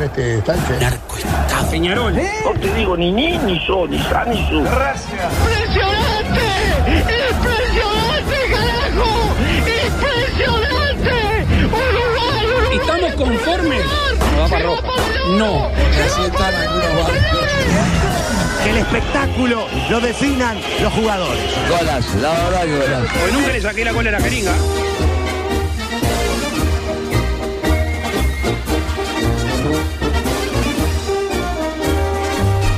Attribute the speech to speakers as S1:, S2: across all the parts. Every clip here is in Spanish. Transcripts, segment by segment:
S1: este Narcoestado. Peñarol.
S2: ¡Impresionante! ¡Impresionante, carajo! ¡Impresionante! ¡Uruguay, Uruguay!
S1: ¿Estamos conformes?
S2: No va para roja.
S1: No.
S3: Así están algunos barcos.
S4: Que el espectáculo lo definan los jugadores.
S3: Golazo, la verdad que golazo.
S1: Porque nunca le saqué la cola a la jeringa.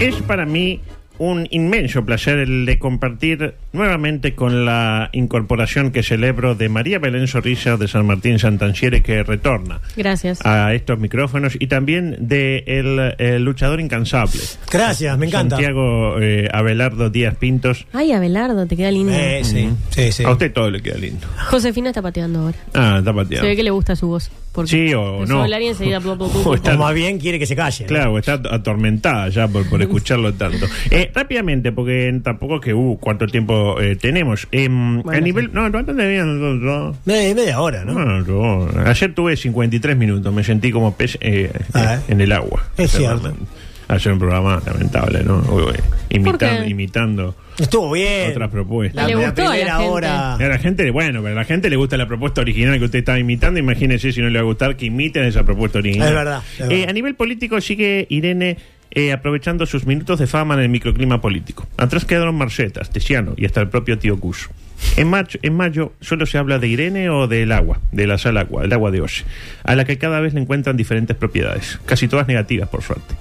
S5: Es para mí un inmenso placer el de compartir nuevamente con la incorporación que celebro de María Belén Zorrilla de San Martín Santanciere que retorna
S6: Gracias.
S5: a estos micrófonos y también de el, eh, luchador incansable.
S7: Gracias, me encanta.
S5: Santiago eh, Abelardo Díaz Pintos.
S6: Ay, Abelardo, te queda lindo.
S7: Eh, sí, sí, sí.
S5: A usted todo le queda lindo.
S6: Josefina está pateando ahora.
S5: Ah, está
S6: Se
S5: pateado.
S6: ve que le gusta su voz. Porque
S5: Sí o
S6: empezó
S5: no.
S6: a hablar y enseguida... plu, plu, plu,
S5: O
S6: plu.
S5: está-
S7: O más bien quiere que se calle. ¿no?
S5: Claro, está atormentada ya por, por escucharlo tanto. Eh, rápidamente, porque tampoco es que, uh, cuánto tiempo eh, tenemos. Em, a nivel. No, no, no, no, no,
S7: Media, media hora, ¿no?
S5: no, no. Ayer tuve 53 minutos, me sentí como pez eh,
S7: Ah,
S5: eh,
S7: eh.
S5: en el agua.
S7: Es cierto.
S5: Ayer un programa lamentable, ¿no? Uy, uy, imitando,
S6: qué?
S5: imitando
S7: Estuvo bien.
S5: otras propuestas.
S7: Eh, La,
S6: Le
S7: la
S6: gustó a la
S7: primera
S6: gente.
S7: hora.
S5: A la gente, bueno, pero a la gente le gusta la propuesta original que usted está imitando. Imagínese si no le va a gustar que imiten esa propuesta original.
S7: Es verdad, es
S5: Eh,
S7: verdad.
S5: a nivel político sigue Irene eh, aprovechando sus minutos de fama en el microclima político. Atrás quedaron Marcetas, Tesiano y hasta el propio tío Cus. En mayo, en mayo solo se habla de Irene o del agua, de la sal agua, el agua de Oce, a la que cada vez le encuentran diferentes propiedades, casi todas negativas por suerte.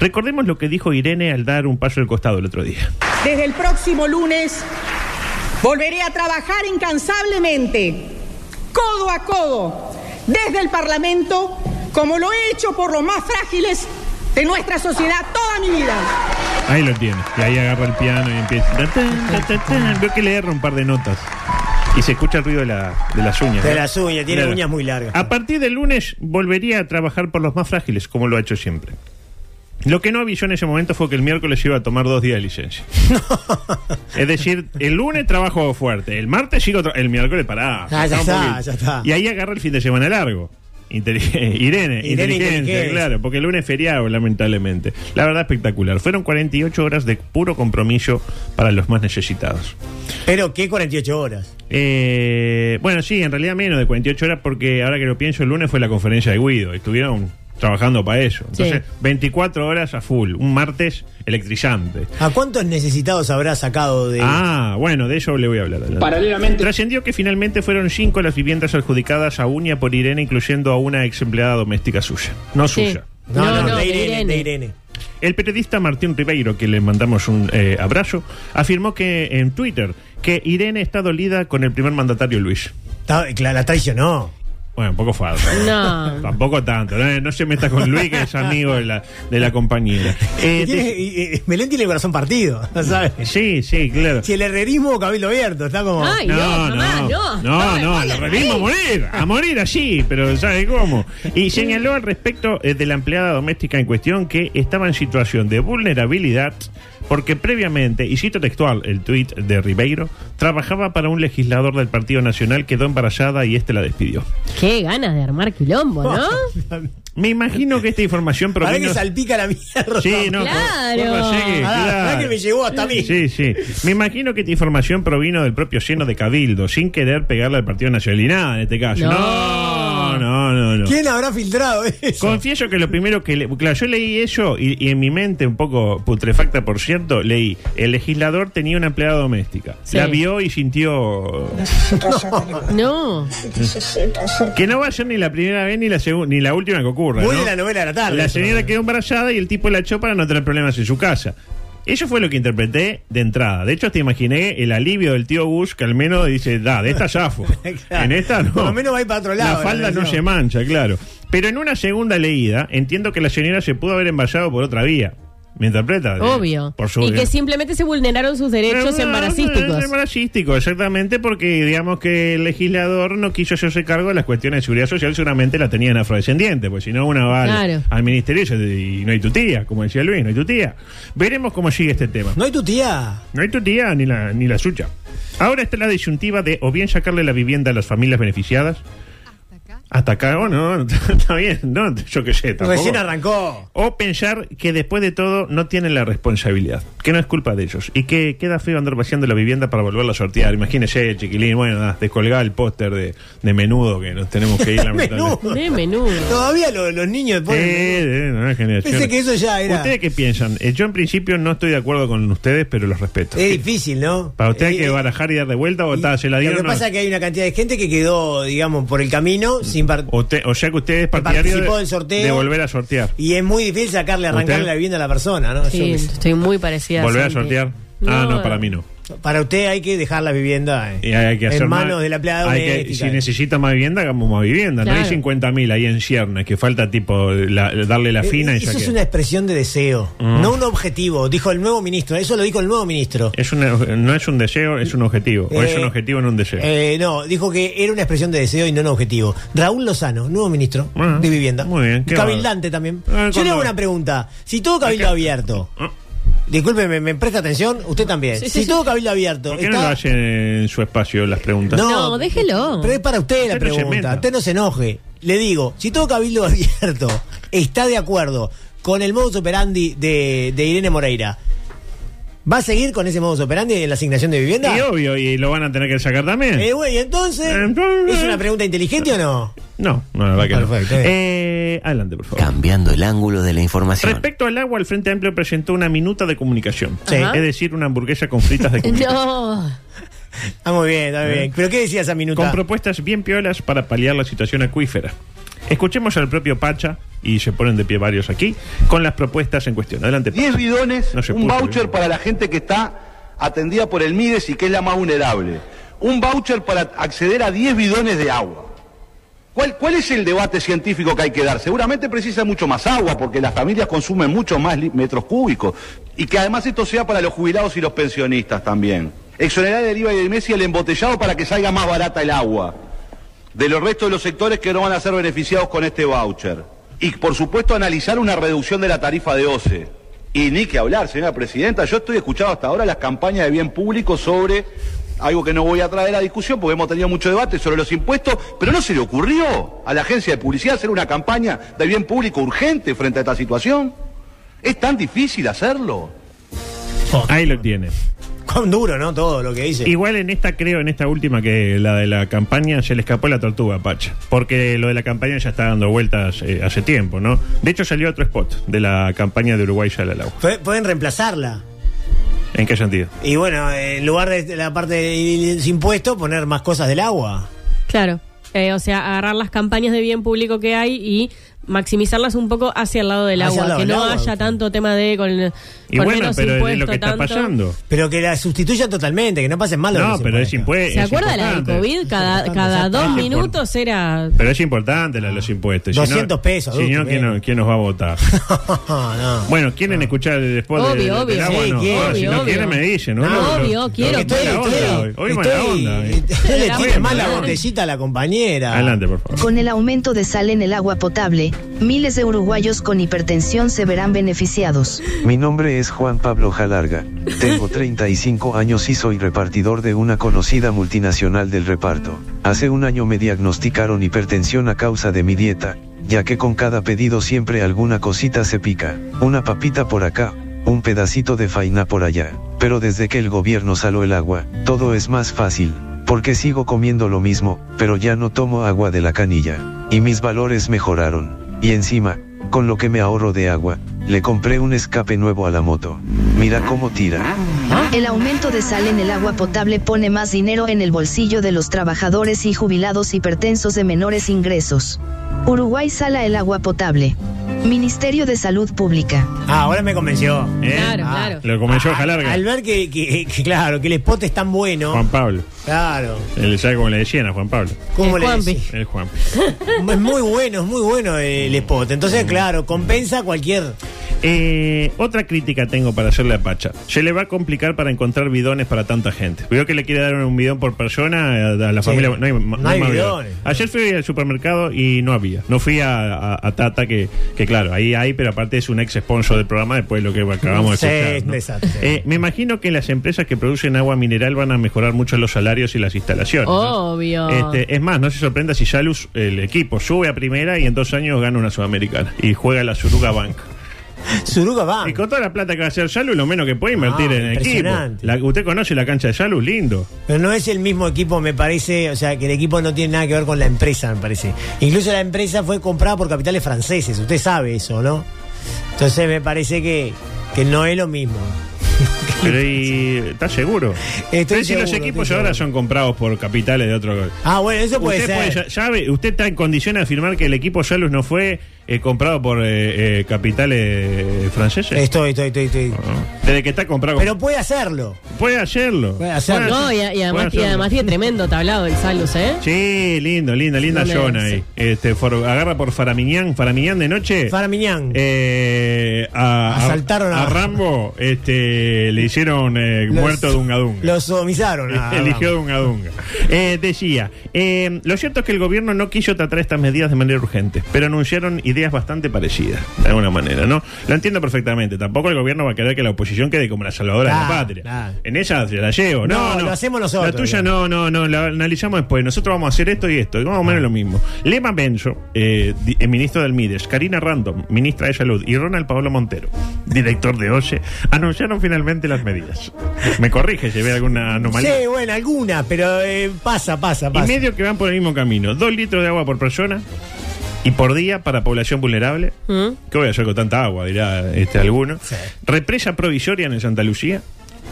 S5: Recordemos lo que dijo Irene al dar un paso al costado el otro día.
S2: Desde el próximo lunes volveré a trabajar incansablemente, codo a codo, desde el Parlamento, como lo he hecho por los más frágiles de nuestra sociedad toda mi vida.
S5: Ahí lo tiene. Y ahí agarra el piano y empieza. Ta, ta, ta, ta, ta. Veo que le erra un par de notas. Y se escucha el ruido de, la, de las uñas.
S7: De
S5: ¿no?
S7: las uñas, tiene
S5: Claro.
S7: uñas muy largas.
S5: A partir del lunes volvería a trabajar por los más frágiles, como lo ha hecho siempre. Lo que no avisó en ese momento fue que el miércoles iba a tomar dos días de licencia. Es decir, el lunes trabajo fuerte, el martes sigo, tra- el miércoles pará.
S7: Ah, ya
S5: Pará un
S7: está,
S5: poquito.
S7: ya está.
S5: Y ahí agarra el fin de semana largo. Inteli- Irene, inteligencia,
S7: inteligencia.
S5: claro, porque el lunes es feriado, lamentablemente. La verdad, espectacular. Fueron 48 horas de puro compromiso para los más necesitados.
S7: Pero qué 48 horas.
S5: Eh, bueno, sí, en realidad menos de 48 horas porque ahora que lo pienso, el lunes fue la conferencia de Guido. Estuvieron trabajando para eso. Entonces,
S6: Sí.
S5: 24 horas a full. Un martes electrizante.
S7: ¿A cuántos necesitados habrá sacado de.?
S5: Ah, bueno, de eso le voy a hablar. adelante.
S1: Paralelamente.
S5: Trascendió que finalmente fueron cinco las viviendas adjudicadas a Uña por Irene, incluyendo a una ex empleada doméstica suya. No
S6: Sí.
S5: suya.
S7: No, no,
S6: de
S7: de, Irene, de Irene.
S5: El periodista Martín Ribeiro, que le mandamos un eh, abrazo, afirmó que en Twitter que Irene está dolida con el primer mandatario Luis.
S7: Está- la, la traicionó.
S5: Bueno, un poco falso.
S6: No.
S5: Tampoco tanto. ¿eh? No, No se meta con Luis, que es amigo de la, de la compañera. Eh,
S7: Y tiene- y- y- Melén tiene el corazón partido, ¿sabes?
S5: te- sí, sí, claro.
S7: Si el herrerismo o cabildo abierto, está como.
S6: Ay, no, mamá, no.
S5: no,
S6: me
S5: no,
S6: voy
S5: lo
S6: a
S5: realismo a
S6: reír.
S5: morir, a morir allí, pero ¿sabe cómo? Y señaló al respecto eh, de la empleada doméstica en cuestión que estaba en situación de vulnerabilidad porque previamente, y cito textual el tuit de Ribeiro, trabajaba para un legislador del Partido Nacional, quedó embarazada y este la despidió.
S6: Qué ganas de armar quilombo, ¿no?
S5: Me imagino que esta información
S7: Para
S5: proviene...
S7: que salpica la mierda.
S5: Sí, no,
S6: Claro.
S5: por- por Rosegue,
S7: Pará,
S5: claro.
S7: pará que me llegó hasta a mí.
S5: Sí, sí. Me imagino que esta información provino del propio lleno de Cabildo, sin querer pegarle al Partido Nacional y nada en este caso. No, no,
S6: No,
S5: No, no, no, no.
S7: ¿Quién habrá filtrado eso?
S5: Confieso que lo primero que... le- claro, yo leí eso y, y en mi mente, un poco putrefacta, por cierto, leí, el legislador tenía una empleada doméstica.
S6: Sí.
S5: La vio y sintió...
S6: No.
S5: Que no va a ser ni la primera vez ni la segu- ni la última que ocurra.
S7: Muy
S5: ¿no?
S7: de la novela de la tarde.
S5: La
S7: eso,
S5: señora
S7: ¿no?
S5: quedó embarazada y el tipo la echó para no tener problemas en su casa. Eso fue lo que interpreté de entrada. De hecho, te imaginé el alivio del tío Bush que al menos dice, da, de esta zafo.
S7: Claro.
S5: En esta no.
S7: Por lo menos va a ir para otro lado,
S5: La
S7: la
S5: falda no
S7: versión.
S5: se mancha, claro. Pero en una segunda leída, entiendo que la señora se pudo haber embarazado por otra vía. ¿Me interpreta?
S6: Obvio.
S5: Por su
S6: y que simplemente se vulneraron sus derechos
S5: Eh, eh,
S6: embaracísticos.
S5: Embaracísticos, exactamente, porque digamos que el legislador no quiso hacerse cargo de las cuestiones de seguridad social, seguramente la tenían afrodescendientes, pues si no, una va al-
S6: Claro.
S5: al ministerio y dice, y no hay tu tía, como decía Luis, no hay tu tía. Veremos cómo sigue este tema.
S7: ¿No hay tu tía?
S5: No hay tu tía ni la, ni la suya. Ahora está la disyuntiva de o bien sacarle la vivienda a las familias beneficiadas. Hasta acá, bueno, no, está bien, no, yo qué sé, tampoco.
S7: Recién arrancó.
S5: O pensar que después de todo no tienen la responsabilidad, que no es culpa de ellos y que queda feo andar vaciando la vivienda para volverla a sortear. Imagínese, chiquilín, bueno, nada, descolgá el póster de, de menudo que nos tenemos que ir lamentablemente.
S7: Menudo.
S6: De menudo.
S7: Todavía lo- los niños ponen-
S5: Eh, eh, no, es generación.
S7: Pensé que eso ya era-
S5: ¿Ustedes qué piensan? Eh, yo en principio no estoy de acuerdo con ustedes, pero los respeto.
S7: Es difícil, ¿no?
S5: ¿Para usted hay
S7: Eh,
S5: que barajar y dar de vuelta o está, se la
S7: Lo
S5: dieron?
S7: que
S5: o no?
S7: pasa es que hay una cantidad de gente que quedó, digamos, por el camino sin par-
S5: O, te- o sea que usted es partidario
S7: participó
S5: de,
S7: del sorteo.
S5: de volver a sortear.
S7: y es muy difícil sacarle, arrancarle
S5: ¿Usted?
S7: la vivienda a la persona, ¿no? Yo
S6: Sí,
S7: qué sé.
S6: estoy muy parecida.
S5: ¿Volver a
S6: Santi.
S5: sortear? ah, no, para mí no.
S7: Para usted hay que dejar la vivienda eh,
S5: Y hay que hacer
S7: en manos
S5: más-
S7: de la empleada
S5: hay que-
S7: doméstica.
S5: Si necesita más vivienda, hagamos más vivienda. No
S6: Claro.
S5: hay 50.000 ahí en Ciernes, que falta tipo la- darle la
S7: Eh,
S5: fina y ya
S7: eso es
S5: queda.
S7: una expresión de deseo,
S5: Mm.
S7: no un objetivo, dijo el nuevo ministro, eso lo dijo el nuevo ministro.
S5: Es una- no es un deseo, es un objetivo. o es
S7: Eh,
S5: un objetivo en un deseo.
S7: Eh, no, dijo que era una expresión de deseo y no un objetivo. Raúl Lozano, nuevo ministro
S5: Ah,
S7: de vivienda.
S5: muy bien, qué
S7: Cabildante también.
S5: Ah,
S7: Yo le
S5: cuando-
S7: hago una pregunta. Si todo cabildo abierto,
S5: Ah.
S7: disculpe, me, me presta atención, usted también.
S6: Sí, sí,
S7: si
S6: sí.
S7: todo cabildo abierto,
S5: ¿Por qué no lo
S7: está-
S5: hace en su espacio las preguntas?
S6: No, déjelo.
S7: Pero es para usted la
S5: Usted no se
S7: pregunta,
S5: meta.
S7: usted no se enoje. Le digo, si todo cabildo abierto está de acuerdo con el modus operandi de, de Irene Moreira, ¿va a seguir con ese modus operandi en la asignación de vivienda?
S5: Y obvio, y lo van a tener que sacar también.
S7: Eh, güey, entonces,
S5: Entonces-
S7: ¿es una pregunta inteligente o no?
S5: no, no, la verdad que no.
S7: Perfecto,
S5: Eh, adelante, por favor.
S8: Cambiando el ángulo de la información.
S5: Respecto al agua, el Frente Amplio presentó una minuta de comunicación.
S7: Sí.
S5: Es decir, una hamburguesa con fritas de comunicación.
S6: No.
S7: Ah, muy bien, está
S5: Eh,
S7: bien. ¿Pero qué decía esa minuta?
S5: Con propuestas bien piolas para paliar la situación acuífera. Escuchemos al propio Pacha, y se ponen de pie varios aquí, con las propuestas en cuestión. Adelante, Pacha.
S9: 10 bidones,
S5: No se
S9: un
S5: puso,
S9: voucher
S5: ¿no?
S9: para la gente que está atendida por el MIDES y que es la más vulnerable. Un voucher para acceder a 10 bidones de agua. ¿Cuál, ¿Cuál es el debate científico que hay que dar? Seguramente precisa mucho más agua porque las familias consumen mucho más li- metros cúbicos y que además esto sea para los jubilados y los pensionistas también. Exonerar el IVA y el MES y el embotellado para que salga más barata el agua de los restos de los sectores que no van a ser beneficiados con este voucher. Y por supuesto analizar una reducción de la tarifa de OCE. Y ni que hablar, señora presidenta, yo estoy escuchando hasta ahora las campañas de bien público sobre algo que no voy a traer a discusión porque hemos tenido mucho debate sobre los impuestos, pero no se le ocurrió a la agencia de publicidad hacer una campaña de bien público urgente frente a esta situación. Es tan difícil hacerlo.
S5: Ahí lo tiene.
S7: Cuán duro, ¿no? Todo lo que dice.
S5: Igual en esta, creo, en esta última que la de la campaña, se le escapó la tortuga, Pacha. Porque lo de la campaña ya está dando vueltas eh, hace tiempo, ¿no? De hecho, salió otro spot de la campaña de Uruguay ya al agua.
S7: P- Pueden reemplazarla.
S5: ¿En qué sentido?
S7: Y bueno, en lugar de la parte de los impuestos, poner más cosas del agua.
S6: Claro. Eh, o sea, agarrar las campañas de bien público que hay y maximizarlas un poco hacia el lado del
S7: Hacia el
S6: agua.
S7: lado
S6: que
S7: del
S6: no
S7: agua,
S6: haya
S7: sí.
S6: tanto tema de con,
S5: Y
S6: con
S5: bueno,
S6: menos
S5: pero es lo
S6: impuesto,
S5: que está
S6: tanto.
S5: pasando.
S7: Pero que la sustituyan totalmente, que no pasen mal los
S5: No, pero es impuesto.
S7: impuestos.
S6: ¿Se acuerda de la del COVID? Cada, cada dos
S5: importante.
S6: minutos era...
S5: Pero es importante la de los impuestos. Si no-
S7: 200 pesos,
S5: Si no,
S7: adulto,
S5: ¿quién,
S7: bien.
S5: nos- quién nos va a votar?
S7: no.
S5: Bueno, ¿quieren escuchar el spot
S6: Obvio,
S5: de- del
S6: obvio.
S5: agua?
S7: Ah. Sí,
S5: no.
S7: quiero,
S5: Ah, si
S6: obvio,
S5: no quieren,
S6: obvio.
S5: me dicen. ¿no?
S6: No, obvio, quiero,
S5: Estoy mala
S6: quiero,
S5: onda
S6: quiero.
S5: hoy. Hoy mala onda. eh.
S7: estoy- le
S6: Hoy
S7: tire más
S5: mala
S7: la
S5: onda.
S7: botellita a la compañera.
S5: Adelante, por favor.
S10: Con el aumento de sal en el agua potable, miles de uruguayos con hipertensión se verán beneficiados.
S11: Mi nombre es Juan Pablo Jalarga, tengo 35 años y soy repartidor de una conocida multinacional del reparto. Hace un año me diagnosticaron hipertensión a causa de mi dieta, ya que con cada pedido siempre alguna cosita se pica, una papita por acá, un pedacito de faina por allá. Pero desde que el gobierno saló el agua, todo es más fácil, porque sigo comiendo lo mismo, pero ya no tomo agua de la canilla. y mis valores mejoraron. Y encima, con lo que me ahorro de agua, le compré un escape nuevo a la moto. Mira cómo tira.
S10: El aumento de sal en el agua potable pone más dinero en el bolsillo de los trabajadores y jubilados hipertensos de menores ingresos. Uruguay sala el agua potable. Ministerio de Salud Pública.
S7: Ah, ahora me convenció. ¿eh?
S10: Claro,
S7: Ah,
S10: claro.
S5: Lo comenzó a larga.
S7: Al ver que, que- que, claro, que el spot es tan bueno.
S5: Juan Pablo.
S7: Claro.
S5: El, ¿Sabe cómo le decían a Juan Pablo?
S7: ¿Cómo El le Juanpi.
S5: El Juan.
S7: Es muy bueno, es muy bueno el spot. Entonces,
S5: Mm.
S7: claro, compensa cualquier.
S5: Eh, otra crítica tengo para hacerle a Pacha. Se le va a complicar para encontrar bidones para tanta gente. Veo que le quiere dar un bidón por persona eh, a la
S7: Sí.
S5: familia. No hay, ma-
S7: No hay
S5: más
S7: bidones.
S5: Ayer fui al supermercado y no había. No fui a, a- a Tata, que, que claro, ahí hay, pero aparte es un ex sponsor del programa después de lo que acabamos
S7: Sí,
S5: de escuchar. ¿no?
S7: desastre.
S5: Eh, me imagino que las empresas que producen agua mineral van a mejorar mucho los salarios y las instalaciones. ¿no?
S6: Obvio.
S5: Este, es más, no se sorprenda si Yalus, el equipo, sube a primera y en dos años gana una Sudamericana y juega la Suruga Bank.
S7: Suruga Bank.
S5: Y con toda la plata que va a hacer Yalus, lo menos que puede invertir
S7: Ah,
S5: en el equipo.
S7: impresionante.
S5: La- usted conoce la cancha de Yalus, lindo.
S7: Pero no es el mismo equipo, me parece. O sea, que el equipo no tiene nada que ver con la empresa, me parece. Incluso la empresa fue comprada por capitales franceses. Usted sabe eso, ¿no? Entonces, me parece que, que no es lo mismo.
S5: Pero y, ¿está seguro?
S7: Estoy
S5: Pero si los
S7: seguro,
S5: equipos
S7: estoy
S5: ahora
S7: seguro.
S5: son comprados por capitales de otro.
S7: Ah, bueno, eso puede
S5: usted
S7: ser.
S5: ya- sabe, usted está en condición de afirmar que el equipo Yalus no fue eh, comprado por eh, eh, capitales eh, franceses.
S7: Estoy, estoy, estoy, estoy.
S5: Ah, Desde que está comprado.
S7: Pero puede hacerlo.
S5: puede hacerlo.
S7: Puede hacerlo.
S6: No, y, y además, y además tiene tremendo tablado el Salus, ¿eh?
S5: Sí, lindo, linda, linda
S6: Donde-
S5: zona ahí. Este, for- agarra por Faramiñán, Faramiñán de noche.
S7: Faramiñán.
S5: Eh, a, a-
S7: Asaltaron a-
S5: Rambo, este, le hicieron eh,
S7: Los- ah,
S5: muerto de un gadunga.
S7: Lo sodomizaron. a-
S5: Eligió Dunga Dunga. Eh, decía, eh, lo cierto es que el gobierno no quiso tratar estas medidas de manera urgente, pero anunciaron ideas bastante parecidas, de alguna manera, ¿no? Lo entiendo perfectamente. Tampoco el gobierno va a querer que la oposición quede como la salvadora de la
S7: Claro,
S5: patria.
S7: claro.
S5: En ella se la llevo. No,
S7: No,
S5: no,
S7: lo hacemos nosotros,
S5: La tuya no, no, no, la analizamos después. Nosotros vamos a hacer esto y esto, y más o menos lo mismo. Lema Benzo, eh, di- eh, ministro del Mides, Karina Random, ministra de Salud, y Ronald Pablo Montero, director de OCE, anunciaron finalmente las medidas. Me corrige si ve alguna anomalía.
S7: Sí, bueno, alguna, pero eh, pasa, pasa,
S5: Y
S7: pasa.
S5: medio que van por el mismo camino. Dos litros de agua por persona y por día para población vulnerable.
S6: ¿Mm?
S5: ¿Qué voy a hacer con tanta agua? Dirá este alguno. Represa provisoria en el Santa Lucía.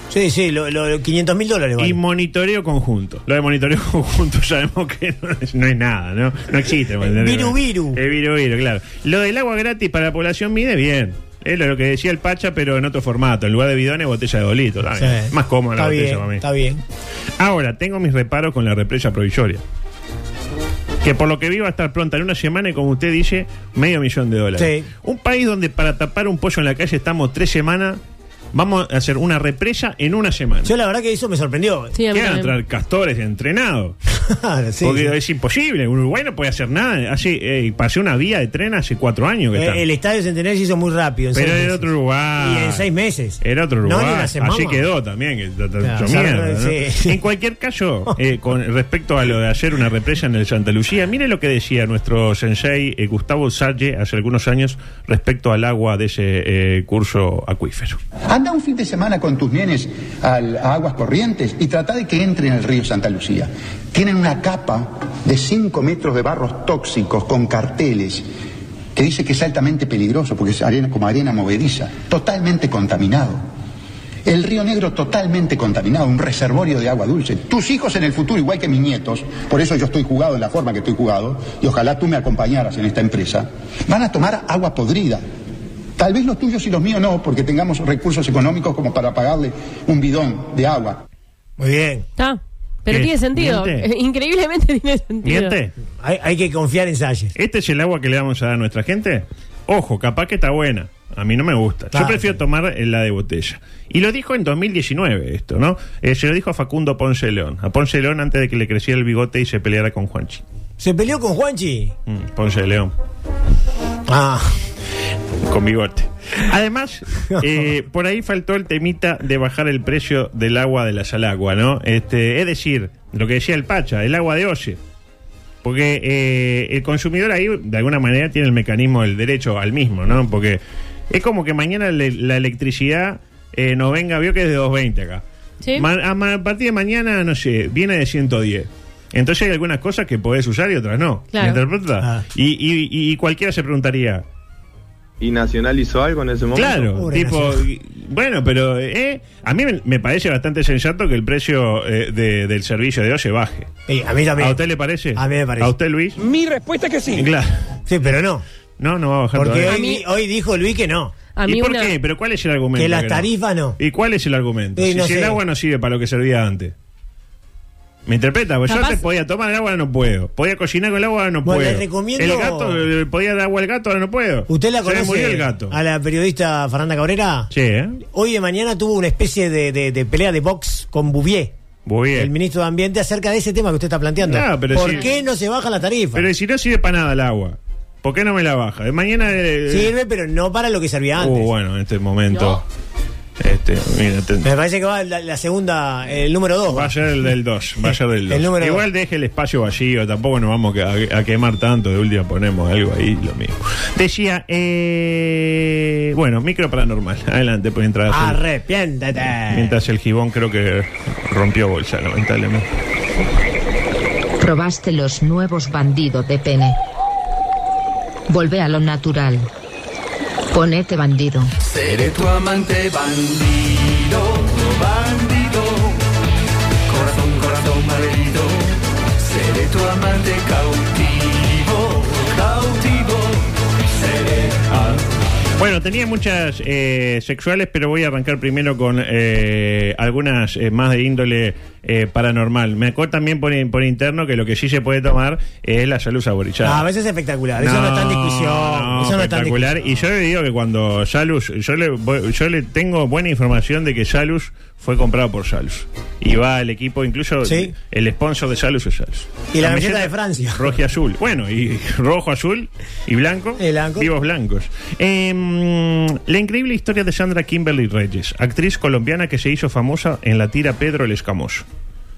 S7: Sí, sí, lo, lo, 500 mil dólares.
S5: Y
S7: vale.
S5: monitoreo conjunto. Lo de monitoreo conjunto sabemos que no es, no es nada, ¿no? No existe.
S7: Eh, viru, viru.
S5: El viru viru, claro. Lo del agua gratis para la población mide bien. Es lo que decía el Pacha, pero en otro formato. En lugar de bidones, botella de bolito.
S7: Sí.
S5: Ah, Más cómoda la
S7: Está
S5: botella
S7: bien,
S5: para mí.
S7: Está bien.
S5: Ahora, tengo mis reparos con la represa provisoria. Que por lo que vi va a estar pronta en una semana y como usted dice, medio millón de dólares.
S7: Sí.
S5: Un país donde para tapar un pollo en la calle estamos tres semanas, vamos a hacer una represa en una semana.
S7: Yo la verdad que eso me sorprendió.
S6: Sí, a mí
S5: ¿Qué van a
S6: también.
S5: entrar castores entrenados?
S7: Claro, sí,
S5: Porque
S7: sí.
S5: es imposible, Uruguay no puede hacer nada. Hace, eh, pasé una vía de tren hace cuatro años que
S7: Eh,
S5: está.
S7: el estadio Centenario se hizo muy rápido. en
S5: Pero
S7: seis
S5: era
S7: meses.
S5: otro Uruguay.
S7: Y en seis meses.
S5: Era otro
S7: No,
S5: lugar.
S7: ni una semana.
S5: Así quedó también. que ta- ta-
S7: Claro,
S5: hecho
S7: ya
S5: mierda,
S7: no-
S5: ¿no?
S7: sí.
S5: En cualquier caso, eh, con respecto a lo de ayer, una represa en el Santa Lucía, mire lo que decía nuestro sensei eh, Gustavo Salle hace algunos años respecto al agua de ese eh, curso acuífero.
S12: Anda un fin de semana con tus nenes al- a aguas corrientes y trata de que entren al río Santa Lucía. Tienen una capa de 5 metros de barros tóxicos con carteles que dice que es altamente peligroso porque es arena, como arena movediza, totalmente contaminado. El río Negro totalmente contaminado, un reservorio de agua dulce. Tus hijos en el futuro, igual que mis nietos, por eso yo estoy jugado en la forma que estoy jugado, y ojalá tú me acompañaras en esta empresa, van a tomar agua podrida. Tal vez los tuyos y los míos no, porque tengamos recursos económicos como para pagarle un bidón de agua.
S7: Muy bien.
S6: Está. Pero
S5: ¿Qué?
S6: tiene sentido.
S5: ¿Miente?
S6: Increíblemente tiene sentido.
S5: ¿Miente?
S7: Hay, que confiar en Salle.
S5: ¿Este es el agua que le vamos a dar a nuestra gente? Ojo, capaz que está buena. A mí no me gusta. Yo
S7: Claro,
S5: prefiero tomar eh, la de botella. Y lo dijo en 2019 esto, ¿no? Eh, se lo dijo a Facundo Ponce León. A Ponce León antes de que le creciera el bigote y se peleara con Juanchi.
S7: ¿Se peleó con Juanchi?
S5: Mm, Ponce de León.
S7: Ah,
S5: Con bigote. Además, eh, por ahí faltó el temita de bajar el precio del agua de la salagua, ¿no? Este, es decir, lo que decía el Pacha, el agua de Oye. Porque eh, el consumidor ahí, de alguna manera, tiene el mecanismo del derecho al mismo, ¿no? Porque es como que mañana le- la electricidad eh, nos venga, vio que es de 220 acá.
S6: Sí.
S5: Ma- a, ma- a partir de mañana, no sé, viene de 110. Entonces hay algunas cosas que podés usar y otras no.
S13: Claro.
S5: ¿Me interpreta? Y, y- y cualquiera se preguntaría.
S13: ¿Y Nacional hizo algo en ese momento?
S5: Claro, tipo, y- bueno, pero eh, a mí me, me parece bastante sensato que el precio eh, de- del servicio de hoy se baje.
S7: a mí también.
S5: ¿A usted le parece?
S7: A mí me parece.
S5: ¿A usted, Luis?
S1: Mi respuesta es que sí.
S5: Claro.
S7: Sí, pero no.
S5: No, no va a bajar
S7: Porque
S5: todavía.
S7: hoy, di- hoy dijo Luis que no.
S6: A mí
S5: ¿Y por
S6: una-
S5: qué? ¿Pero cuál es el argumento?
S7: Que las
S5: no?
S7: tarifas no.
S5: ¿Y cuál es el argumento?
S7: Eh,
S5: si
S7: no
S5: si el
S7: sé.
S5: agua no sirve para lo que servía antes. ¿Me interpreta? Pues yo
S7: Capaz-
S5: antes podía tomar el agua, ahora no puedo. Podía cocinar con el agua, ahora no
S7: Bueno,
S5: puedo.
S7: le recomiendo-
S5: El gato, eh, podía dar agua al gato, ahora no puedo.
S7: ¿Usted la
S5: Se me
S7: conoce?
S5: murió el gato.
S7: A la periodista Fernanda Cabrera.
S5: Sí, ¿eh?
S7: Hoy de mañana tuvo una especie de, de- de pelea de box con Bouvier,
S5: Muy bien.
S7: el ministro de Ambiente, acerca de ese tema que usted está planteando.
S5: No, pero
S7: ¿Por
S5: sí.
S7: qué no se baja la tarifa?
S5: Pero si no sirve para nada el agua, ¿por qué no me la baja? De mañana. eh,
S7: Sirve, pero no para lo que servía antes.
S5: Uh, bueno, en este momento. Este, mira, te-
S7: Me parece que va la, la segunda, el número 2.
S5: Va a ser el del 2. Va a ser del 2.
S7: El número
S5: Igual deje el espacio vacío. Tampoco nos vamos a, a quemar tanto. De última ponemos algo ahí, lo mismo. Decía, eh, bueno, micro paranormal. Adelante, pues mientras,
S7: Ah,
S5: el,
S7: Arrepiéntete.
S5: mientras el gibón creo que rompió bolsa, lamentablemente.
S14: Probaste los nuevos bandidos de pene. Volvé a lo natural. Ponete bandido.
S15: Seré tu amante bandido, bandido. Corazón, corazón malherido. Seré tu amante cautivo, cautivo. Seré.
S5: Bueno, tenía muchas eh, sexuales, pero voy a arrancar primero con eh, algunas eh, más de índole eh, paranormal. Me acuerdo también por, por interno que lo que sí se puede tomar es la salud saborizada.
S7: Ah, a veces es espectacular. Eso no está en discusión.
S5: no,
S7: eso no está en
S5: espectacular. Y yo le digo que cuando Salus, yo le, voy- yo le tengo buena información de que Salus fue comprado por Salus. Y va al equipo, incluso
S7: Sí.
S5: el sponsor de Salus es Salus.
S7: Y la camiseta de Francia.
S5: Rojo y azul. Bueno, y rojo, azul y blanco. Vivos blancos. Em, la increíble historia de Sandra Kimberly Reyes, actriz colombiana que se hizo famosa en la tira Pedro el Escamoso.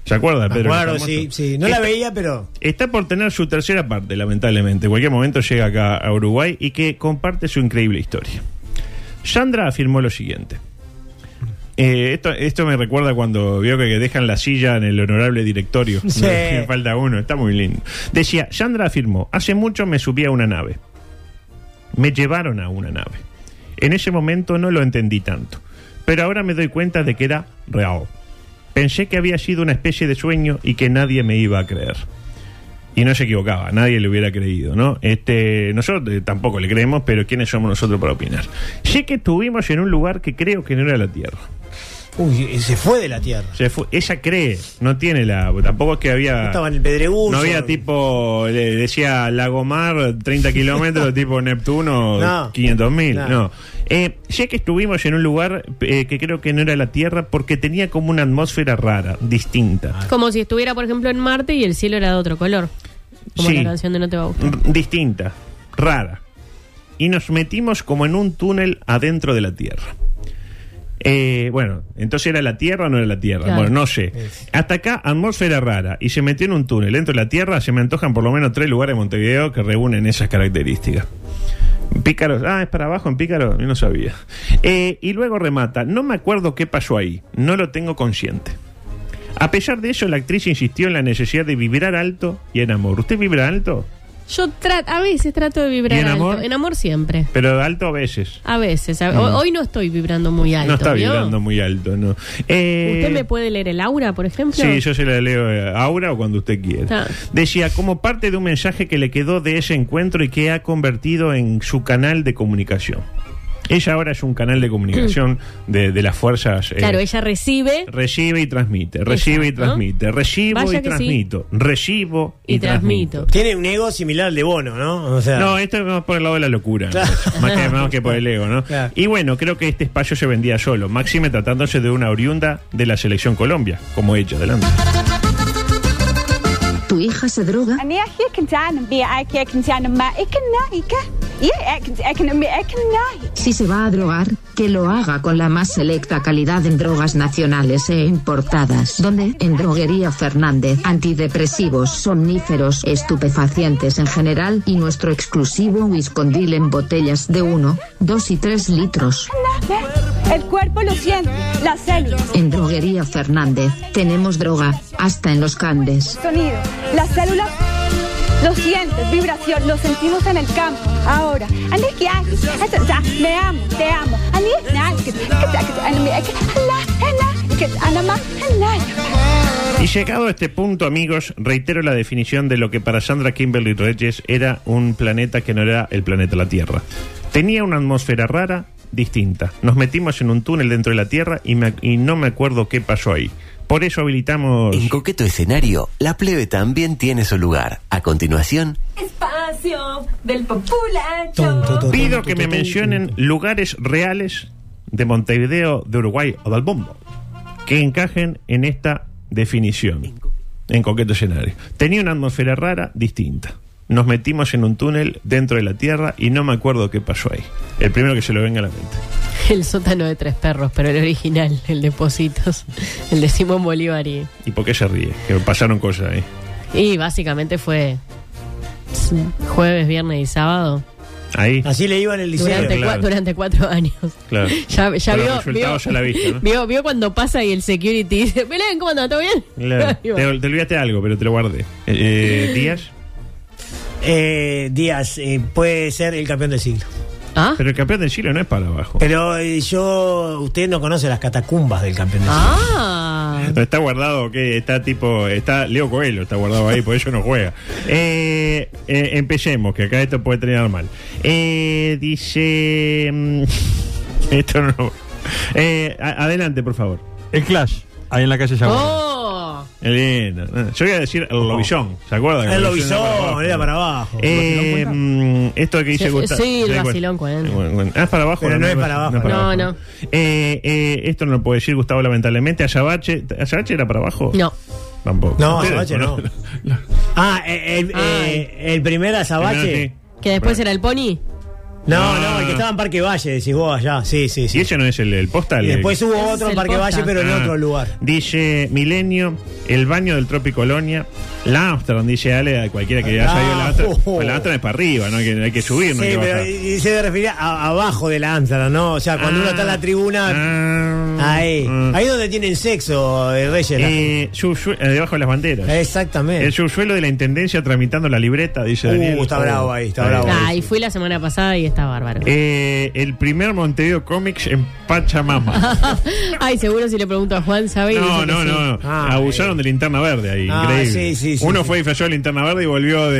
S5: ¿Se acuerda,
S7: Me
S5: Pedro? el
S7: acuerdo,
S5: Escamoso?
S7: sí, sí. No la
S5: Esta-
S7: veía, pero.
S5: Está por tener su tercera parte, lamentablemente. En cualquier momento llega acá a Uruguay y que comparte su increíble historia. Sandra afirmó lo siguiente. Eh, esto, esto me recuerda cuando vio que dejan la silla en el honorable directorio.
S7: Sí.
S5: Me falta uno, está muy lindo. Decía, Sandra afirmó, hace mucho me subí a una nave. Me llevaron a una nave. En ese momento no lo entendí tanto, pero ahora me doy cuenta de que era real. Pensé que había sido una especie de sueño y que nadie me iba a creer. Y no se equivocaba, nadie le hubiera creído, ¿no? Este, nosotros eh, tampoco le creemos, pero ¿quiénes somos nosotros para opinar? Sé que estuvimos en un lugar que creo que no era la Tierra.
S7: Uy, se fue de la tierra.
S5: Se fue- ella cree, no tiene la... Tampoco es que había...
S7: Estaba en el Pedregullo.
S5: Ah. No había tipo, le decía Lagomar, 30 kilómetros, tipo Neptuno,
S7: No.
S5: 500 mil.
S7: No.
S5: No. Eh, sé que estuvimos en un lugar eh, que creo que no era la Tierra porque tenía como una atmósfera rara, distinta.
S7: Ah,
S6: Como si estuviera, por ejemplo, en Marte y el cielo era de otro color. Como
S5: Sí.
S6: la canción de No te va a gustar.
S5: R- distinta, rara. Y nos metimos como en un túnel adentro de la Tierra. Eh, bueno, entonces era la Tierra o no era la Tierra.
S6: Claro.
S5: Bueno, no sé. Hasta acá, atmósfera rara. Y se metió en un túnel dentro de la Tierra. Se me antojan por lo menos tres lugares de Montevideo que reúnen esas características. Pícaros, ah, es para abajo en Pícaros, yo no sabía. Eh, y luego remata, no me acuerdo qué pasó ahí, no lo tengo consciente. A pesar de eso, la actriz insistió en la necesidad de vibrar alto y en amor. ¿Usted vibra alto?
S6: Yo tra- a veces trato de vibrar
S5: ¿Y en
S6: alto.
S5: amor?
S6: En amor siempre.
S5: Pero alto a veces.
S6: A veces. a-
S5: No.
S6: ho- Hoy no estoy vibrando muy alto.
S5: no está
S6: ¿vio?
S5: vibrando muy alto, ¿no? Eh,
S6: ¿Usted me puede leer el aura, por ejemplo?
S5: Sí, yo se la leo eh, ahora o cuando usted quiera.
S6: Ah.
S5: Decía, como parte de un mensaje que le quedó de ese encuentro y que ha convertido en su canal de comunicación. Ella ahora es un canal de comunicación de, de las fuerzas. eh,
S6: Mm. Claro, ella recibe.
S5: Recibe y transmite, recibe y
S6: Exacto.
S5: transmite, recibo
S6: Vaya
S5: y
S6: que sí.
S5: transmito, recibo y, transmito.
S7: Tiene un ego similar al de Bono, ¿no? O sea,
S5: No, esto es más por el lado de la locura, más, que, más que por el ego, ¿no? Y bueno, creo que este espacio se vendía solo, máxime tratándose de una oriunda de la selección Colombia, como ella, adelante.
S16: ¿Tu hija se droga?
S14: Si se va a drogar, que lo haga con la más selecta calidad en drogas nacionales e importadas. Donde, en Droguería Fernández, antidepresivos, somníferos, estupefacientes en general y nuestro exclusivo Wiscondil en botellas de 1, 2 y 3 litros.
S16: El cuerpo lo siente, las células.
S14: En Droguería Fernández tenemos droga, hasta en los candes.
S16: Sonido. Las células lo sientes, vibración, lo sentimos en el campo. Ahora, Ande que haces, haces, ya, me amo, te amo. Ande que haces, que te haces, ande me haces, ala, ala, que te- ala, ma, ala.
S5: Y llegado a este punto, amigos, reitero la definición de lo que para Sandra Kimberly Reyes era un planeta que no era el planeta la Tierra. Tenía una atmósfera rara, distinta. Nos metimos en un túnel dentro de la Tierra y, me- y no me acuerdo qué pasó ahí. Por eso habilitamos...
S8: En coqueto escenario, la plebe también tiene su lugar. A continuación,
S17: Espacio del populacho.
S5: Pido que me mencionen lugares reales de Montevideo, de Uruguay o del Bombo que encajen en esta definición, en coqueto escenario. Tenía una atmósfera rara, distinta. Nos metimos en un túnel dentro de la Tierra y no me acuerdo qué pasó ahí. El primero que se lo venga a la mente.
S18: El sótano de tres perros, pero el original, el de Positos, el de Simón Bolívar y,
S5: ¿Y por qué se ríe? Que pasaron cosas ahí.
S18: y básicamente fue jueves, viernes y sábado
S5: Ahí.
S7: Así le iba en el liceo.
S18: durante, cua- durante cuatro años.
S5: Claro.
S18: Ya, ya
S5: Con los
S18: vio,
S5: resultados
S18: vio-
S5: a la vista, ¿no?
S18: vio- vio cuando pasa y el security dice, Belén, ¿cómo anda? ¿Todo bien?
S5: Claro. Te, te olvidaste algo, pero te lo guardé. Eh, ¿Días?
S7: Eh, Díaz eh, puede ser el campeón del siglo.
S18: ¿Ah?
S5: Pero el campeón del siglo no es para abajo.
S7: Pero eh, yo, usted no conoce las catacumbas del campeón del siglo.
S18: Ah.
S5: Está guardado, que está tipo, está Leo Coelho, está guardado ahí, por eso no juega. Eh, eh, empecemos, que acá esto puede terminar mal. Eh, dice, mm, esto no. Eh, a- adelante, por favor.
S19: El Clash, ahí en la calle Yaguara.
S18: ¡Oh!
S5: Lindo. Ah, Yo iba a decir el lobillón, ¿se acuerdan?
S7: Oh. El lobizón, era para abajo.
S5: Eh, mm, esto que dice
S18: Sí,
S5: Gustavo.
S18: sí, el
S5: Sí, bueno.
S18: vacilón cuarenta.
S5: Bueno, bueno. Ah, es para abajo.
S7: Pero no es para abajo, no.
S18: No,
S5: Eh, eh, esto no lo puede decir Gustavo, lamentablemente. Ayabache, ¿Ayabache era para abajo?
S18: No.
S5: Tampoco.
S7: No,
S5: Ustedes
S7: Azabache no.
S5: conocen-
S7: Ah, eh, el, eh, el primer azabache.
S18: Que después era el pony.
S7: No, no, el que estaba en Parque Valle, decís vos allá. Sí, sí, sí.
S5: Y ese no es el, el postal.
S7: Y después
S5: el-
S7: hubo otro en Parque Valle, pero en
S5: Ah.
S7: otro lugar.
S5: Dice Milenio, el baño del Tropicolonia, la Amsterdam, dice Ale, a cualquiera que haya ido a la Amsterdam. Pues la Amsterdam es para arriba, ¿no? Hay que, hay que subir, no hay
S7: Ah, Sí,
S5: que
S7: pero
S5: bajar.
S7: y y se refería a- abajo de la Amsterdam, ¿no? O sea, cuando
S5: Ah.
S7: uno está en la tribuna. ahí. Ahí donde tienen sexo, eh, Reyes. la
S5: Eh, subsue- eh, debajo de las banderas.
S7: Exactamente.
S5: El subsuelo de la intendencia tramitando la libreta, dice
S7: Uh,
S5: Daniel. Oh.
S7: está bravo ahí, está bravo.
S18: Ah, y fui la semana pasada y está bárbaro.
S5: Eh, el primer Montevideo Comics en Pachamama.
S18: Ay, seguro si le pregunto a Juan, ¿sabe? Y
S5: No,
S18: dice que
S5: no,
S18: sí.
S5: no. no. Abusaron de linterna verde ahí.
S7: Ah,
S5: increíble.
S7: sí, sí, sí,
S5: Uno
S7: sí.
S5: fue disfrazado de linterna verde y volvió de,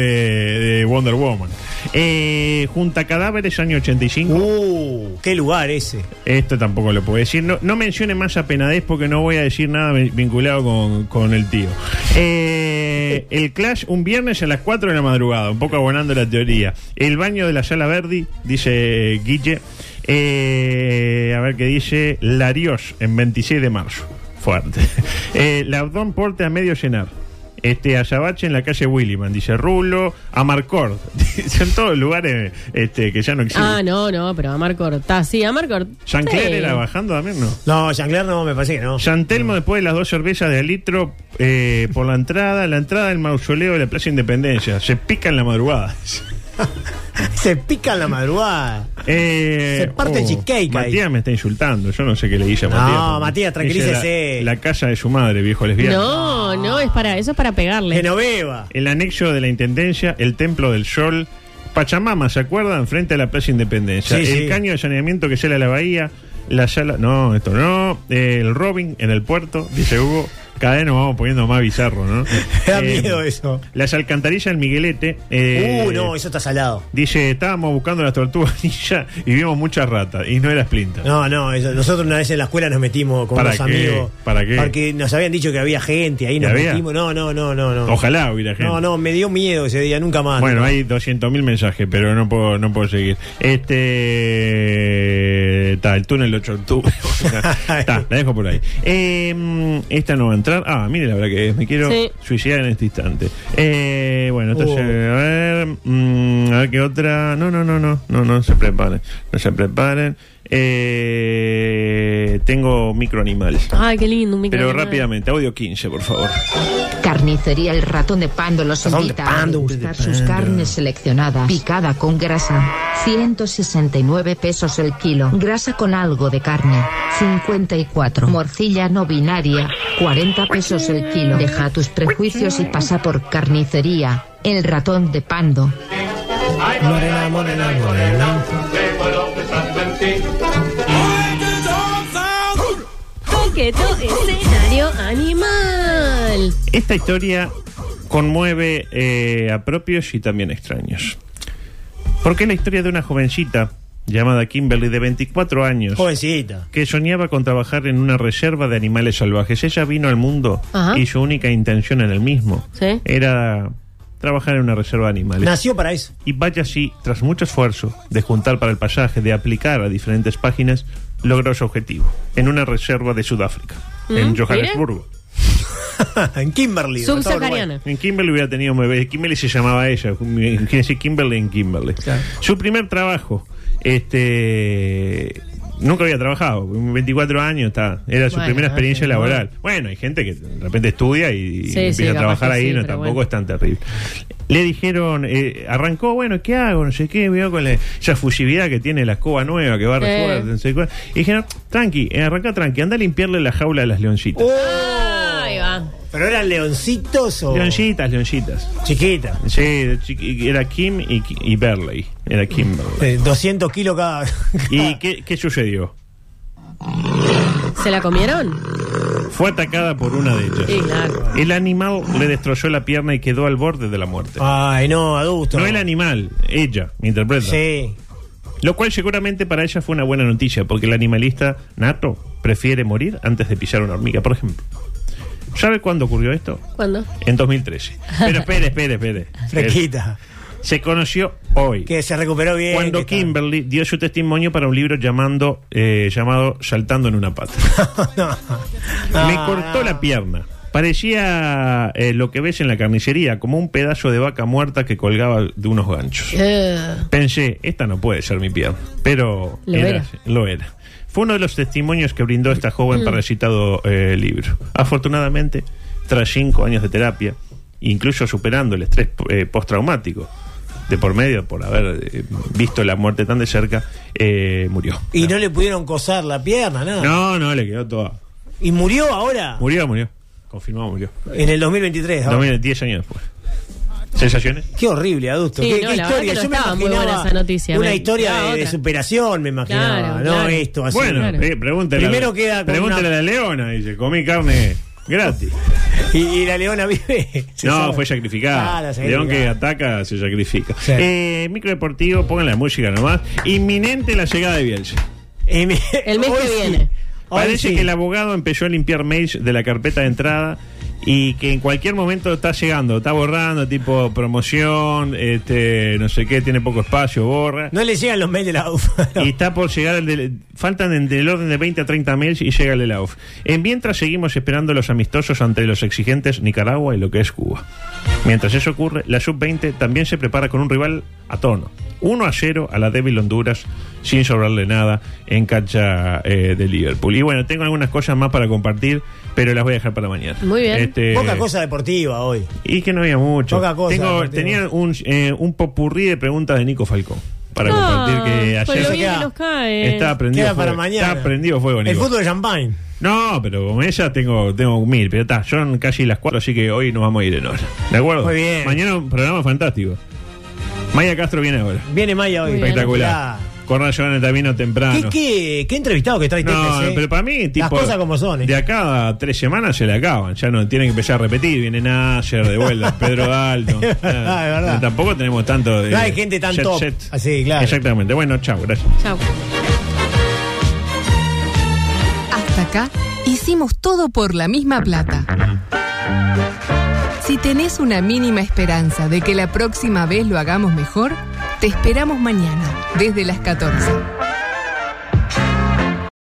S5: de Wonder Woman. Eh, junta cadáveres, año 85.
S7: ¡Uh! ¡Qué lugar ese!
S5: Esto tampoco lo puedo decir. No, no mencione más a Penadez porque no voy a decir nada vi- vinculado con, con el tío. Eh, el Clash un viernes a las 4 de la madrugada, un poco abonando la teoría. El baño de la sala Verdi, dice Guille. Eh, a ver qué dice Larios en 26 de marzo. Fuerte. Eh, Laudón Porte a medio llenar. Este, Ayabache en la calle Williman, dice Rulo, Amarcord. Son todos lugares este, que ya no existen.
S18: Ah, no, no, pero a Marco está, sí, a Marco.
S5: ¿Chancler
S18: sí.
S5: era bajando también? No.
S7: No, Chancler no, me parece que no.
S5: Santelmo después de las dos cervezas de al litro eh, por la entrada, la entrada del mausoleo de la Plaza Independencia. Se pica en la madrugada.
S7: Se pica en la madrugada.
S5: Eh,
S7: Se parte el cheesecake ahí.
S5: Matías me está insultando. Yo no sé qué le hice a
S7: No,
S5: Matías.
S7: Matías,
S5: Dice
S7: tranquilícese.
S5: La, la casa de su madre, viejo lesbiano.
S18: No, no, es para, eso es para pegarle.
S5: El anexo de la Intendencia, el Templo del Sol, Pachamama, ¿se acuerdan? Frente a la Plaza Independencia.
S7: Sí,
S5: el
S7: sí.
S5: caño de saneamiento que sale a la bahía, la sala... No, esto no. Eh, el Robin en el puerto, dice Hugo. Cada vez nos vamos poniendo más bizarro, ¿no?
S7: Da
S5: Eh,
S7: miedo eso.
S5: Las alcantarillas del Miguelete. eh,
S7: uh, no, eso está salado.
S5: Dice, estábamos buscando las tortugas ninja y vimos muchas ratas. Y no era Splinter.
S7: No, no, eso- nosotros una vez en la escuela nos metimos con
S5: ¿Para
S7: unos
S5: qué?
S7: amigos.
S5: ¿Para qué?
S7: Porque nos habían dicho que había gente, ahí
S5: ¿Y
S7: nos
S5: había?
S7: metimos. No, no, no, no, no.
S5: Ojalá hubiera gente.
S7: No, no, me dio miedo ese día, nunca más.
S5: Bueno,
S7: Ah, no.
S5: hay 200.000 mensajes, pero no puedo, no puedo seguir. Este. Está, el túnel 8 de octubre. Está, la dejo por ahí. Eh, mm, esta no va a entrar. Ah, mire, la verdad que es, me quiero
S18: Sí.
S5: suicidar en este instante. Eh, bueno, esta
S18: Oh.
S5: se- a ver. mm, a ver qué otra. No, no, no, no. No, no se preparen. No se preparen. Eh, tengo microanimal.
S18: Ay, qué lindo, un
S5: Pero
S18: microanimal.
S5: rápidamente, audio 15, por favor.
S14: Carnicería El Ratón de Pando los
S5: Ratón de
S14: invita
S5: Pando,
S14: a
S5: usted de
S14: degustar sus
S5: Pando.
S14: carnes seleccionadas, picada con grasa, 169 pesos el kilo, grasa con algo de carne, 54, morcilla no binaria, 40 pesos el kilo. Deja tus prejuicios y pasa por Carnicería El Ratón de Pando.
S7: Morena, morena, morena.
S6: Coqueto escenario animal.
S5: Esta historia conmueve eh, a propios y también extraños. Porque es la historia de una jovencita llamada Kimberly de 24 años.
S7: Jovencita.
S5: Que soñaba con trabajar en una reserva de animales salvajes. Ella vino al mundo
S7: Ajá.
S5: y su única intención en el mismo
S7: Sí.
S5: era trabajar en una reserva de animales.
S7: Nació para eso.
S5: Y vaya si, tras mucho esfuerzo de juntar para el pasaje, de aplicar a diferentes páginas, logró su objetivo. En una reserva de Sudáfrica,
S18: Mm,
S5: en
S18: mire.
S5: Johannesburgo.
S7: en Kimberly.
S18: Subsahariana.
S5: En Kimberly hubiera tenido un bebé. Kimberly se llamaba ella. Imagínense Kimberly en Kimberly. Su primer trabajo, este. Nunca había trabajado, 24 años, está. Era su
S18: Bueno,
S5: primera experiencia
S18: bueno.
S5: laboral. Bueno, hay gente que de repente estudia y
S18: Sí,
S5: empieza
S18: sí,
S5: a
S18: capaz
S5: trabajar
S18: que
S5: ahí,
S18: sí,
S5: no,
S18: pero
S5: tampoco
S18: bueno.
S5: es tan terrible. Le dijeron, eh, arrancó, bueno, ¿qué hago? No sé qué, veo con la, esa fusividad que tiene la escoba nueva que va a
S18: Eh.
S5: reforzar, no sé cuál. Y dijeron, tranqui, eh, arranca tranqui, anda a limpiarle la jaula a las leoncitas.
S18: Ahí va.
S7: Oh, ¿Pero eran leoncitos
S18: Oh.
S7: o...?
S5: Leoncitas, leoncitas.
S7: Chiquitas.
S5: Sí, chiqui- era Kim y, Ki- y Berley. Era Kim Berley.
S7: Eh, 200 kilos cada...
S5: ¿Y qué, qué sucedió?
S18: ¿Se la comieron?
S5: Fue atacada por una de ellas.
S18: Sí, claro.
S5: El animal le destrozó la pierna y quedó al borde de la muerte.
S7: Ay, Ah, no, adulto.
S5: No el animal, ella, me interpreta.
S7: Sí.
S5: Lo cual seguramente para ella fue una buena noticia, porque el animalista nato prefiere morir antes de pisar una hormiga, por ejemplo. ¿Sabe cuándo ocurrió esto?
S18: ¿Cuándo?
S5: En 2013. Pero espere, espere, espere.
S7: Fresquita.
S5: Se conoció hoy.
S7: Que se recuperó bien.
S5: Cuando
S7: que
S5: Kimberly dio su testimonio para un libro llamando, eh, llamado Saltando en una pata.
S7: Ah.
S5: Me cortó la pierna. Parecía eh, lo que ves en la carnicería, como un pedazo de vaca muerta que colgaba de unos ganchos.
S18: Eh,
S5: Pensé, esta no puede ser mi pierna, pero
S18: Lo era.
S5: así, lo era. Fue uno de los testimonios que brindó esta joven
S18: Mm.
S5: para el citado eh, libro. Afortunadamente, tras cinco años de terapia, incluso superando el estrés eh, postraumático de por medio por haber eh, visto la muerte tan de cerca, eh, murió.
S7: Y no le pudieron cosar la pierna, nada.
S5: No, no, le quedó toda.
S7: ¿Y murió ahora?
S5: Murió, murió. Confirmado, murió.
S7: En el 2023. ahora.
S5: 10 años después. ¿Sensaciones?
S7: Qué horrible, adulto.
S18: Sí,
S7: qué
S18: no,
S7: qué
S18: la verdad
S7: historia.
S18: que no
S7: Yo me
S18: estaba muy
S7: imaginaba
S18: buena esa noticia,
S7: Una
S18: me-
S7: historia
S18: la
S7: de- de,
S18: otra.
S7: superación, me imaginaba.
S18: Claro,
S7: no
S18: claro.
S7: esto así.
S5: Bueno, eh, pregúntale. a la-
S7: Primero queda con
S5: pregúntale
S7: una-
S5: a la leona, dice, comí carne gratis.
S7: y, y la leona vive. Se
S5: no,
S7: sabe.
S5: fue sacrificada.
S7: Ah, la
S5: León que
S7: sacrificada.
S5: ataca se sacrifica. Eh, micro deportivo, pongan la música nomás. Inminente la llegada de Bielsa.
S18: el mes
S7: Hoy
S18: que
S7: sí.
S18: viene.
S7: Hoy
S5: Parece
S7: sí.
S5: que el abogado empezó a limpiar mails de la carpeta de entrada y que en cualquier momento está llegando, está borrando, tipo promoción, este, no sé qué, tiene poco espacio, borra.
S7: No le llegan los mails de la UFA.
S5: Y está por llegar el del- faltan en- del orden de 20 a 30 mails y llega el de la UF. En mientras seguimos esperando los amistosos ante los exigentes Nicaragua y lo que es Cuba. Mientras eso ocurre, la sub-20 también se prepara con un rival a tono. 1 a 0 a la débil Honduras, sin sobrarle nada en cancha eh, de Liverpool. Y bueno, tengo algunas cosas más para compartir, pero las voy a dejar para mañana.
S18: Muy bien.
S5: Este,
S7: Poca cosa deportiva hoy.
S5: Y que no había mucho.
S7: Poca cosa,
S5: Tengo,
S7: deportivo.
S5: tenía un, eh, un popurrí de preguntas de Nico Falcón para compartir que
S18: Ah, con
S5: ayer
S18: lo bien que nos cae.
S5: Está aprendido.
S7: Queda para
S5: fuego.
S7: mañana.
S5: Está aprendido fuego,
S7: El
S5: Nico.
S7: fútbol de champagne.
S5: No, pero con ella tengo, tengo mil, pero está, son casi las cuatro, así que hoy nos vamos a ir en hora. ¿De acuerdo?
S7: Muy bien.
S5: Mañana un programa fantástico. Maya Castro viene ahora.
S7: Viene Maya hoy.
S5: Espectacular. Con Joana Tamino
S7: ¿Qué,
S5: temprano.
S7: qué, qué entrevistado que trae
S5: No,
S7: Tepes, eh?
S5: pero para mí, tipo.
S7: Las cosas como son. eh.
S5: De acá a tres semanas se le acaban. Ya no tienen que empezar a repetir. Viene Nasher de vuelta, Pedro Dalton.
S7: Es verdad, es verdad.
S5: Tampoco tenemos tanto. de
S7: No hay gente tan top. Así, claro.
S5: Exactamente. Bueno, chao, gracias.
S18: Chao.
S20: Hasta acá hicimos todo por la misma plata. Si tenés una mínima esperanza de que la próxima vez lo hagamos mejor, te esperamos mañana, desde las 14.